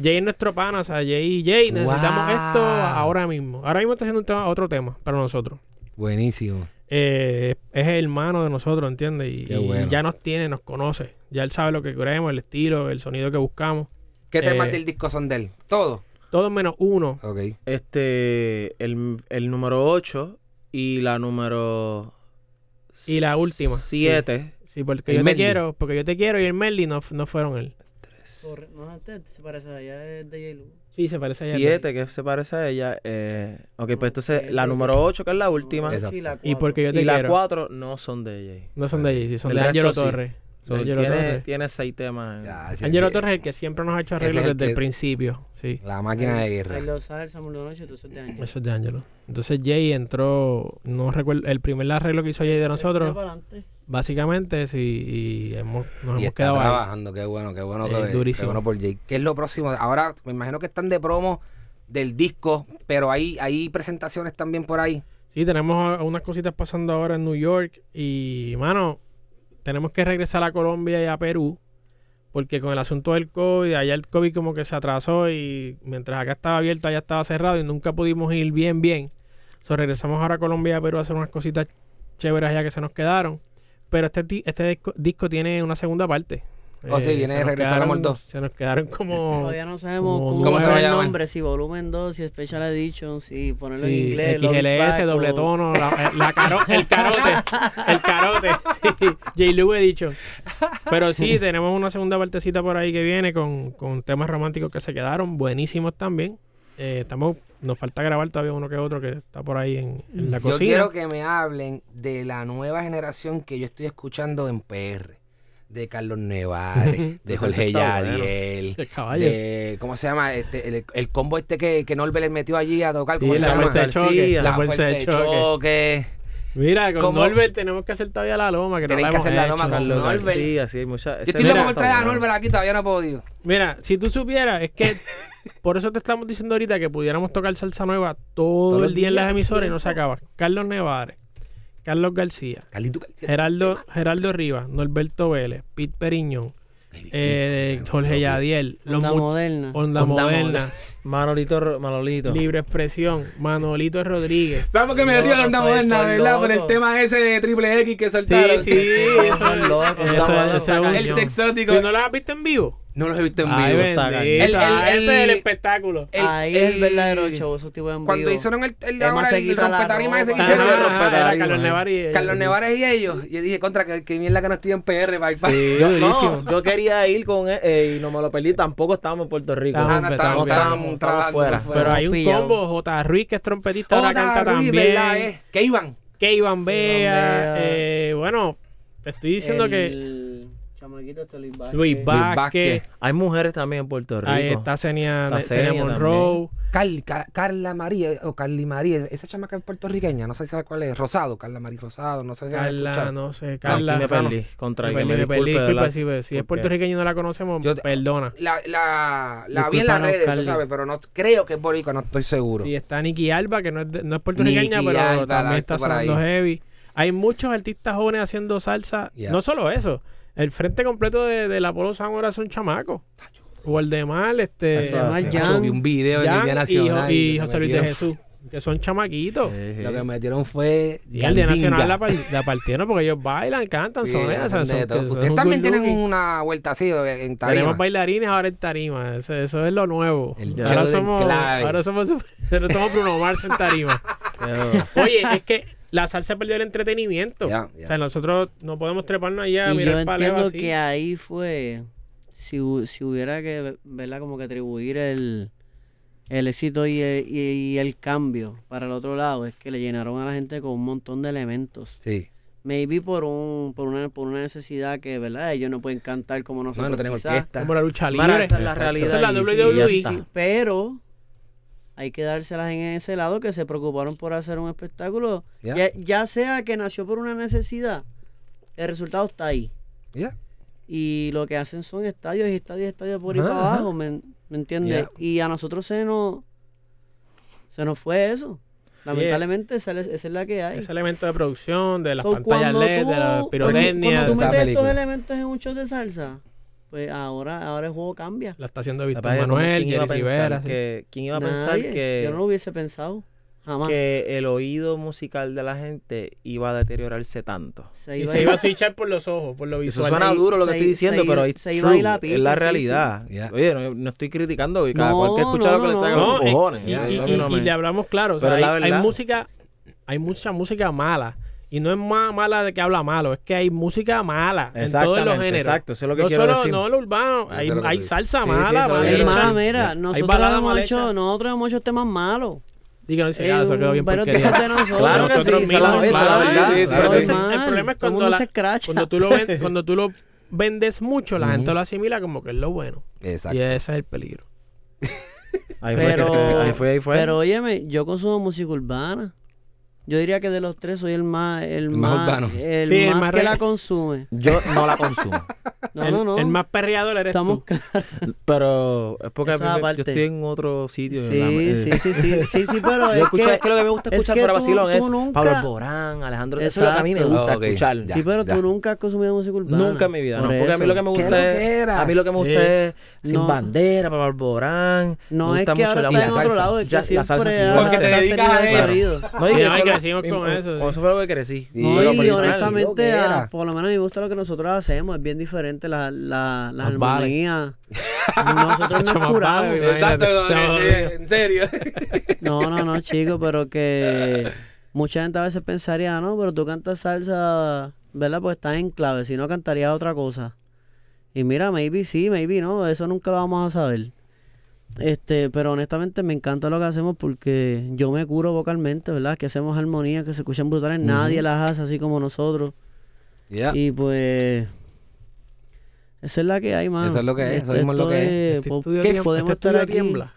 Jay es nuestro pana, o sea, Jay, Jay, necesitamos Wow. esto ahora mismo. Ahora mismo está haciendo un tema- otro tema para nosotros. Buenísimo. Eh, es el hermano de nosotros, ¿entiendes? Y, Qué y bueno. ya nos tiene, nos conoce. Ya él sabe lo que queremos, el estilo, el sonido que buscamos. ¿Qué temas Eh, del disco son de él? Todo. Todos menos uno. Ok. Este, el, el número 8 y la número... Y la última, 7. Sí, porque El yo Melly. te quiero, porque yo te quiero y el Melly no, no fueron él. Corre- No, este se parece a ella, es de J. Lu. Sí, se parece a Yandel. 7 que se parece a ella. eh, ok, pues entonces siete. la número 8 que es la última. Exacto. Sí, Y la cuatro. porque yo te Y la quiero. 4 no son de ella. No son de Jay, sí, son El de Angelo resto sí. Torres. So, De Angelo tiene, Torres. tiene 6 temas. en- Ya, sí, Angelo eh, Torres es el que siempre nos ha hecho Ese es arreglos el desde el que- principio. Sí, La máquina de Ahí guerra. lo sabe el Samuel de Noche, tú sos de año. eso es de Angelo. Entonces Jay entró, no recuerdo, el primer arreglo que hizo Jay de Tira nosotros, para adelante. básicamente, sí, y hemos, nos Y hemos está quedado ahí. trabajando, qué bueno, qué bueno. Eh, que- qué durísimo. bueno por Jake. ¿Qué es lo próximo? Ahora me imagino que están de promo del disco, pero hay, hay presentaciones también por ahí. Sí, tenemos a- unas cositas pasando ahora en New York y, mano, tenemos que regresar a Colombia y a Perú porque con el asunto del COVID, allá el COVID como que se atrasó y mientras acá estaba abierto, allá estaba cerrado y nunca pudimos ir bien, bien. So, regresamos ahora a Colombia y a Perú a hacer unas cositas chéveres allá que se nos quedaron. Pero este, ti- este disco, disco tiene una segunda parte. Eh, Oh, sí, viene se nos Regresar a quedaron- Mordor. Se nos quedaron como... Todavía no sabemos como- cómo, ¿Cómo va a se ser va a el llamar? nombre, si volumen 2, si Special Edition, si ponerlo en Sí, inglés. Love is XLS, Back, doble o- tono, la, eh, la caro- el carote, el carote, sí, J. Lou he dicho. Pero sí, tenemos una segunda partecita por ahí que viene con, con temas románticos que se quedaron, buenísimos también. Eh, estamos, nos falta grabar todavía uno que otro que está por ahí en, en la Yo cocina. quiero que me hablen de la nueva generación que yo estoy escuchando en PR. De Carlos Nevares, de Entonces, Jorge está bueno. Yadiel, El caballo. de- ¿cómo se llama? Este, el, el combo este que, que Norbert le metió allí a tocar, ¿cómo Sí, se la llama? fuerza de choque. García. La fuerza de choque. choque. Mira, con Como- Norbert tenemos que hacer todavía la loma. Que no Tienen la que hemos hacer la hecho. loma con Carlos Norbert. García, sí, hay mucha- Yo ese estoy loco mira, por traer a está bueno. Norbert aquí, todavía no he podido. Mira, si tú supieras, es que por eso te estamos diciendo ahorita que pudiéramos tocar salsa nueva todo Todos el día en los las días, emisoras y no se acaba. Carlos Nevares, Carlos García, Carlito Gerardo, Gerardo Rivas, Norberto Vélez, Pete Periñón, eh, Jorge Yadiel, los Onda mu- moderna. Onda Onda Moderna, Manolito, Ro- Manolito. Libre Expresión, Manolito Rodríguez. ¿Sabes por qué me río de Onda no, soy- Moderna, soy verdad? Por el loco. tema ese de Triple X que Sí, soltaron. sí, eso, es- Son locos, estamos eso es- locos. eso es un El show. sexótico. Ah, ¿Tú no las has visto en vivo? No los he visto en Ay, vivo. está bendito, El- el- cañón. el, este es el el- espectáculo. El- Ahí es el el- verdadero show, esos tipos en Cuando vivo. hicieron el, el, Emma ahora se el quita la rompetarima ese que ropa. Ah, hicieron. se rompe era tarima, Carlos eh. Nevares y- Carlos Nevares y ellos. Yo dije, contra, que, que mierda que no estoy en PR, bye, bye. Sí, Yo, durísimo. no, yo quería ir con él eh, y no me lo perdí. Tampoco estábamos en Puerto Rico. Estamos- Ah, no, estamos- estábamos- estábamos estamos trabajando fuera. por Pero Bueno, hay un pillado. combo, J. Ruiz, que es trompetista, ahora Otra canta Ruiz, también. ¿verdad? eh? ¿Qué iban? Que Iván Vega. Vega. eh, bueno, te estoy diciendo que El chamaquito este Luis Vázquez. Luis Vázquez. Vázquez. Hay mujeres también en Puerto Rico. Ahí está Senia, Está Senia Senia Monroe. Carl- Ca- Carla María, o Carly María, esa chamaca es puertorriqueña, no sé si sabe cuál es, Rosado, Carla María Rosado, no sé si la has Carla, escuchado. no sé, No, Carla. me o sea, no, perdí. Ah, Contra me que perdí, me me perdí, disculpe, disculpa, ¿verdad? si, si es Porque- puertorriqueño y no la conocemos, Yo- perdona. La, la, la vi en las Discúlpanos, redes, tú Carly. sabes, pero no creo que es boricua, no estoy seguro. Y está Nicky Alba, que no es, de- no es puertorriqueña, Nicky pero Alba, la también he está visto por ahí. sonando heavy. Hay muchos artistas jóvenes haciendo salsa. Yeah. No solo eso, el frente completo de, del Apolo San ahora son chamacos. Waldemar, este. Eso es Jan, Yo vi un video en el Día Jan y, Jo- Nacional. y lo que José Luis de metieron- Jesús, que son chamaquitos. Sí, sí. Lo que metieron fue. Y el gandinga. Día Nacional la, par- la partieron porque ellos bailan, cantan, Sí, son hacen esas. de Son, todo. que son Ustedes un también good tienen looking. una vuelta así en Tenemos tarima. bailarines ahora en tarima. Eso, eso es lo nuevo. El show ahora, de somos, Enclave. ahora somos ahora somos Bruno Mars en tarima. Pero- Oye, es que la salsa perdió el entretenimiento. Ya, ya. O sea, nosotros no podemos treparnos allá a Y yo mirar paleo entiendo así. que ahí fue, si, hu- si hubiera que, ¿verdad? Como que atribuir el, el éxito y el, y- y el cambio para el otro lado, es que le llenaron a la gente con un montón de elementos. Sí. Maybe por, un, por, una, por una necesidad que, ¿verdad? Ellos no pueden cantar como nosotros. No, no tenemos quizás. orquesta. Como la lucha libre. Mara, esa es la realidad. Esa es la y sí, WWE. ya Sí, está. E. pero Hay que dárselas en ese lado que se preocuparon por hacer un espectáculo. Ya. Ya, ya sea que nació por una necesidad, el resultado está ahí. Ya. Y lo que hacen son estadios y estadios y estadios por ahí Ajá, para Ah. ajá. abajo, ¿me, me entiendes? Y a nosotros se nos, se nos fue eso. Lamentablemente esa, es, esa es la que hay. Ese elemento de producción, de las So, pantallas cuando LED, tú- de la cuando- pirotecnia, Cuando tú esa metes estos película. elementos en un show de salsa, pues ahora, ahora el juego cambia. la está haciendo La Víctor verdad es que como Manuel, ¿quién iba Jerry a pensar Rivera. sí. que- ¿Quién iba a Nadie. pensar que... Yo no lo hubiese pensado. Jamás. que el oído musical de la gente iba a deteriorarse tanto. se Y iba se iba a a switchar por los ojos, por lo Eso visual. suena se- duro lo que se- estoy diciendo, se- pero se it's iba a ir true, la pica, es la sí, sí. realidad. Yeah. Oye, no, no estoy criticando, y cada No, cual que escucha lo no, que le no, saca no. los No, y- cojones. y, Ya, y- ya, y- no me- y le hablamos claro. o sea, Pero hay, la hay verdad. música, hay mucha música mala. Y no es más mala de que habla malo, es que hay música mala en todos los Exactamente, géneros. exacto, eso es lo que no quiero solo, decir. No lo urbano, Eso hay, es lo que hay tú dices. salsa Sí, sí, mala. eso es lo que mal quiero Es hecha. más, decir. mira, nosotros baladas hemos mal hecho, hechas. nosotros hemos hecho temas malos. Y que no dice, Eh, "Ah, eso quedó bien varios porquería". temas de nosotros. Claro que Nosotros sí, esa es la- mismos, esa es la claro. verdad, Sí, claro pero que Entonces, sí. normal. el problema es Todo el cuando, mundo la- se escracha. cuando tú lo ven- cuando tú lo vendes mucho, la gente lo asimila como que es lo bueno. Exacto. Y ese es el peligro. Ahí fue, que Pero, se- ahí fue, ahí fue. pero óyeme, yo consumo música urbana. Yo diría que de los tres soy el más, el más más, urbano. el Sí, el más más que re- la consume. Yo no la consumo. No, el, no, no. el más perreador eres Estamos tú. pero es porque Esa a mí me- parte. yo estoy en otro sitio. en la- Sí, eh. sí, sí, sí, sí, sí, pero Yo es escucho, que, es que lo que me gusta es escuchar que fuera tú- vacilón tú es nunca- Pablo Alborán, Alejandro. Eso es lo que a mí me Exacto. gusta Ok, escuchar. ya. Sí, pero ya. tú nunca has consumido música urbana. Nunca en mi vida, Por no. Porque a mí eso. lo que me ¿Qué gusta es. loquera? A mí lo que me gusta es. Sin No. bandera, para Alborán. No me es gusta que ahora la está en salsa. otro lado, es que Ya, siempre la salsa sin ha- bandera. Porque te ha tenido dedicas a eso. oído. No, y Sí, que no, y eso, crecimos y- con eso, o- sí. Eso fue lo que crecí. Sí, No, lo y personal, honestamente, lo que a- era. por lo menos a mí me gusta lo que nosotros hacemos, es bien diferente la, la, las Más vale. armonías. Nosotros Mucho nos más curamos. vale, Exacto, Imagínate. como que sí, en serio. No, no, no, chico, pero que mucha gente a veces pensaría, "Ah, no, pero tú cantas salsa, ¿verdad? Pues estás en clave, si no cantarías otra cosa. Y mira, maybe sí, maybe no, eso nunca lo vamos a saber. Este, pero honestamente me encanta lo que hacemos porque yo me curo vocalmente, ¿verdad? Que hacemos armonías que se escuchan brutales, nadie las hace así como nosotros. Ya. Y pues esa es la que hay, mano. Eso es lo que es, eso mismo es lo esto que es. Este po- estudio ¿qué tiembla, podemos este estar estudio aquí? tiembla.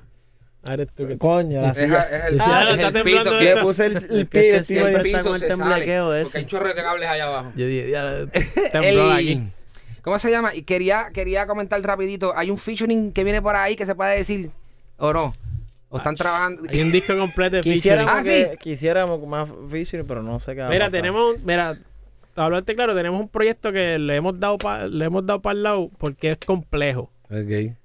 Ah, eres tú que- Coño, Es, es el, Ah, es está el temblando piso. esto. que puse el, El el que pie, es que tío, siempre ahí. está piso con el se sale. temblequeo Porque ese. hay un chorro de cables allá abajo. Yo dije, ya, tembló El- aquí. ¿Cómo se llama? Y quería, quería comentar rapidito. Hay un featuring que viene por ahí que se puede decir o no. O están trabajando. Ah, Hay un disco completo de Quisiéramos, Ah, que- sí. quisiéramos más featuring, pero no sé qué va a Mira, pasar. tenemos, un- mira, para hablarte claro, tenemos un proyecto que le hemos dado pa- le hemos dado para el lado porque es complejo.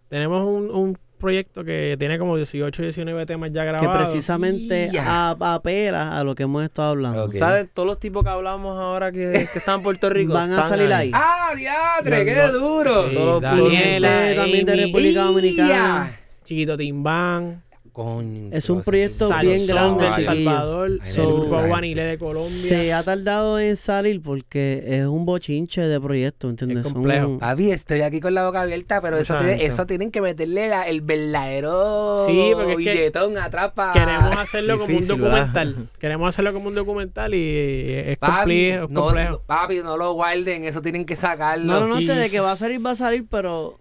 Tenemos un, un proyecto que tiene como 18, 19 temas ya que grabados. precisamente Ya. a- apela a lo que hemos estado hablando. Ok. Salen todos los tipos que hablamos ahora que, que están en Puerto Rico. Van a están salir ahí. ¡Ah, diadre! ¡Qué duro! Sí, Todos los- Y Daniela, gente también de Amy, República Dominicana. Chiquito Timbán, Coño, Es un entonces, proyecto Salsón, bien grande, de El vale. chiquillo. Salvador, el So- grupo Guanile de Colombia. Se ha tardado en salir porque es un bochinche de proyecto, ¿entiendes? Es Son- complejo. Papi, estoy aquí con la boca abierta, pero eso, Mucha tiene- gente. eso tienen que meterle la- el verdadero Sí, porque es que billetón atrás para... Queremos hacerlo como un Difícil, ¿verdad? documental. Queremos hacerlo como un documental y es, Papi, complejo, es no, complejo. papi, no lo guarden, eso tienen que sacarlo. No, no, no, Y- este de que va a salir, va a salir, pero...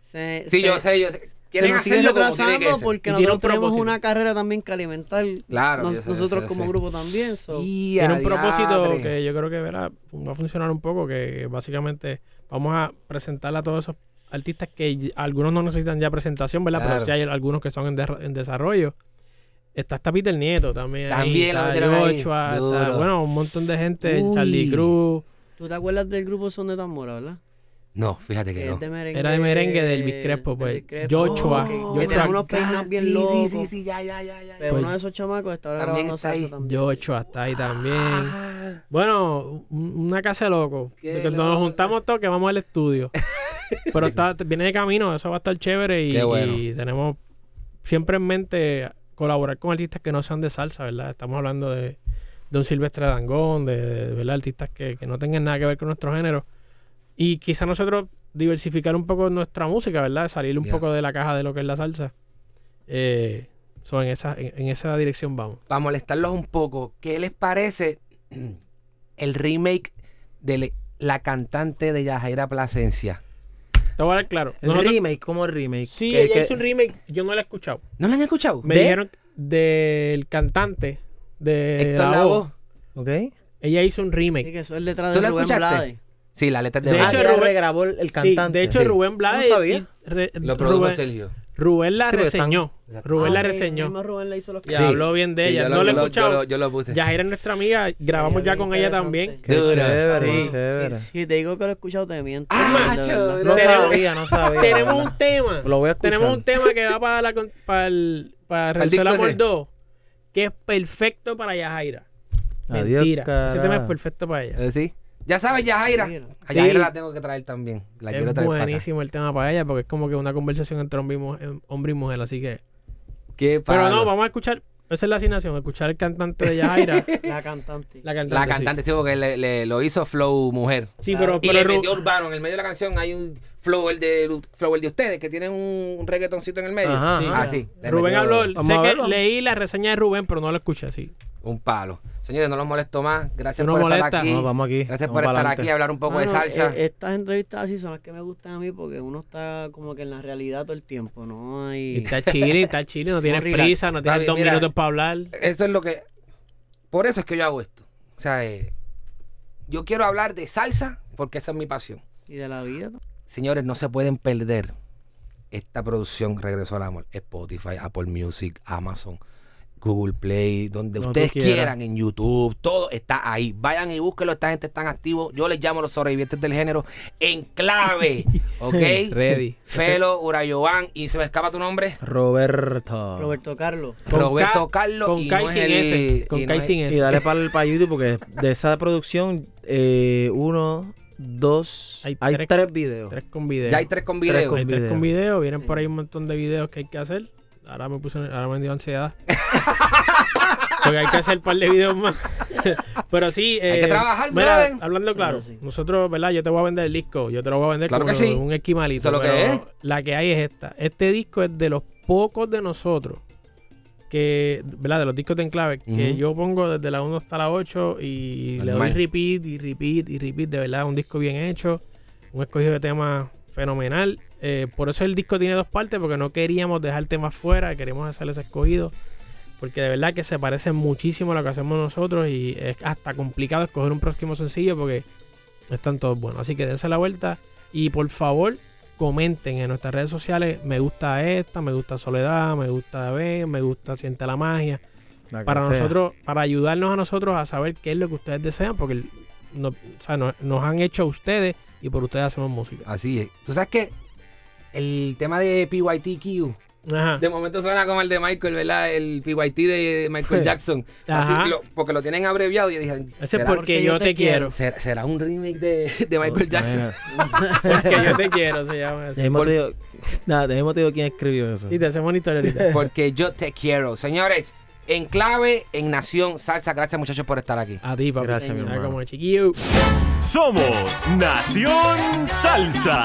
Se, Sí, se- yo sé, yo sé. se Quieren nos sigue hacerlo como retrasando tiene que ser. porque Y tiene un nosotros tenemos propósito. una carrera también que alimentar. Claro, nos- yo sé, yo nosotros sé, yo como sé. grupo también. so. Y Tiene a un propósito diadre. que yo creo que verá, va a funcionar un poco, que básicamente vamos a presentarle a todos esos artistas que y- algunos no necesitan ya presentación, ¿verdad? Claro. Pero sí hay algunos que son en, derro- en desarrollo. Está hasta Peter Nieto también. ahí, También lo está metieron ahí. Joshua, está- Duro. bueno, un montón de gente, Uy. Charlie Cruz, ¿Tú te acuerdas del grupo Son de Tambora, verdad? No, fíjate que Que no. es de merengue. era de merengue del Elvis Crespo, del pues, Elvis Crespo. Joshua, que- Oh, Joshua. Que tenía unos peinados bien locos. Ah, Sí, sí, sí, ya, ya, ya. ya. Pero Pues, uno de esos chamacos está ahora también grabando está salsa ahí. eh, también. Joshua está ahí Ah, también. Bueno, un- una casa de loco. Qué De que loco. Nos juntamos todos que vamos al estudio. Pero está, viene de camino, eso va a estar chévere y, Qué bueno. y tenemos siempre en mente colaborar con artistas que no sean de salsa, ¿verdad? Estamos hablando de, de un Silvestre Dangón, de, de- ¿verdad? artistas que, que no tengan nada que ver con nuestro género. Y quizá nosotros diversificar un poco nuestra música, ¿verdad? Salir un Ya. poco de la caja de lo que es la salsa. Eh, so, en, esa, en- en esa dirección vamos. Para molestarlos un poco, ¿qué les parece el remake de le- la cantante de Yajaira Plasencia? Te voy a dar claro. El Nosotros- remake, como el remake. Sí, Que- ella que- hizo un remake, yo no la he escuchado. ¿No la han escuchado? Me ¿De? dijeron del cantante de Héctor la voz. Lavoe. ¿Ok? Ella hizo un Sí, remake. que eso es letra ¿Tú de la Rubén escuchaste? Blades. Sí, la letra es de, De Bach. hecho, ah, ella Rubén- regrabó el, el cantante. Sí, de hecho, Sí. Rubén Blades. No sabía. hizo- re- lo produjo Rubén- Sergio. Rubén la Sí, porque están- reseñó. Exacto. Rubén la Ah, ok, reseñó. el mismo Rubén le hizo los Y Sí. habló bien de Sí, ella. yo no lo- la yo lo- escuchamos. Yo lo, yo lo puse. Yajaira es nuestra amiga. Grabamos Oye, ya bien con ella también. interesante. Qué Dura. chévere, Sí. chévere. Sí, Si te digo que lo he escuchado, te miento. Ah, de chévere. verdad. No Tenemos- sabía, no sabía. Tenemos un tema. Lo voy a escuchar. Tenemos un tema que va para la con- para el para Al disco Rencel Amor ese. 2, que es perfecto para Yajaira. Adiós, Mentira. Ese tema es carajo. perfecto para ella. Eh, sí. Ya sabes, Yajaira. A Sí. Yajaira la tengo que traer también. La quiero Es traer para acá. buenísimo el tema para ella porque es como que una conversación entre hombre y mu- em- hombre y mujer, así que. Qué Pero palo. no, vamos a escuchar. Esa es la asignación, escuchar el cantante de Yajaira. La cantante. la cantante. eh. La sí. cantante, sí, porque le, le- lo hizo Flow Mujer. Sí, pero, Claro. Y pero le Ru- metió urbano. En el medio de la canción hay un flow el de, flow el de ustedes, que tienen un, un reggaetoncito en el medio. Ajá, ah, ajá. sí. le Rubén metió habló. Vamos Sé a que ver, vamos. leí la reseña de Rubén, pero no la escuché así. Un palo. Señores, no los molesto más. Gracias No por nos estar molesta. aquí. No, vamos aquí. Gracias Vamos por estar pa'lante. aquí y hablar un poco de Mano, pues, salsa. eh, estas entrevistas así son las que me gustan a mí porque uno está como que en la realidad todo el tiempo, ¿no? Y hay está chile, está chile, no tienes relax. prisa, no Está tienes bien, dos mira. minutos para hablar. Esto es lo que. Por eso es que yo hago esto. O sea, eh, yo quiero hablar de salsa porque esa es mi pasión. Y de la vida. ¿no? Señores, no se pueden perder esta producción Regreso al Amor. Spotify, Apple Music, Amazon, Google Play, donde Donde ustedes tú quieras. quieran, en YouTube, todo está ahí. Vayan y búsquenlo, esta gente está activo. Yo les llamo los sobrevivientes del género en clave. ¿Ok? Ready. Este- Felo, Urayoban, y se me escapa tu nombre. Roberto. Roberto Carlos. Con Roberto K- Carlos Con y K y no es sin el- S. y Con no K y es- sin Y S. dale para YouTube porque de esa producción, eh, uno, dos, Hay hay, tres- tres, videos. Tres con video. Ya hay tres con Tres video. con Hay tres video. con video. Vienen por ahí un montón de videos que hay que hacer. Ahora me puse, ahora me dio ansiedad. Porque hay que hacer un par de videos más. Pero sí. Hay eh, que trabajar, mira, brother. Hablando claro, Claro, sí. nosotros, ¿verdad? Yo te voy a vender el disco. Yo te lo voy a vender Claro como que sí. un Eso esquimalito. es lo que pero es. La que hay es esta. Este disco es de los pocos de nosotros que, ¿verdad? De los discos de Enclave, que Ujú. yo pongo desde la 1 hasta la 8 y le doy Normal. repeat y repeat y repeat, de verdad, un disco bien hecho, un escogido de temas fenomenal. Eh, por eso el disco tiene dos partes, porque no queríamos dejar temas fuera, queremos hacer ese escogido, porque de verdad que se parece muchísimo a lo que hacemos nosotros y es hasta complicado escoger un próximo sencillo porque están todos buenos. Así que dense la vuelta y por favor comenten en nuestras redes sociales, me gusta esta, me gusta Soledad, me gusta Ben, me gusta Siente la Magia, La que para sea. nosotros, para ayudarnos a nosotros a saber qué es lo que ustedes desean, porque el- no- o sea, no- nos han hecho ustedes y por ustedes hacemos música. Así es. Tú sabes que el tema de PYTQ, Ajá. de momento suena como el de Michael, ¿verdad? El PYT de Michael Jackson. Así, Ajá. lo- porque lo tienen abreviado y yo dije, Ese es ¿será, porque yo te quiero. ser- será un remake de, de Michael Jackson? Porque yo te quiero, se llama Ya así. mismo te digo- Nada, ya mismo te digo quién escribió eso. Sí, te hacemos una historia ahorita. Porque yo te quiero. Señores, en clave, en Nación Salsa, gracias muchachos por estar aquí. A ti, papi. Gracias, mi Ah, hermano. como chiquillo. Somos Nación Salsa.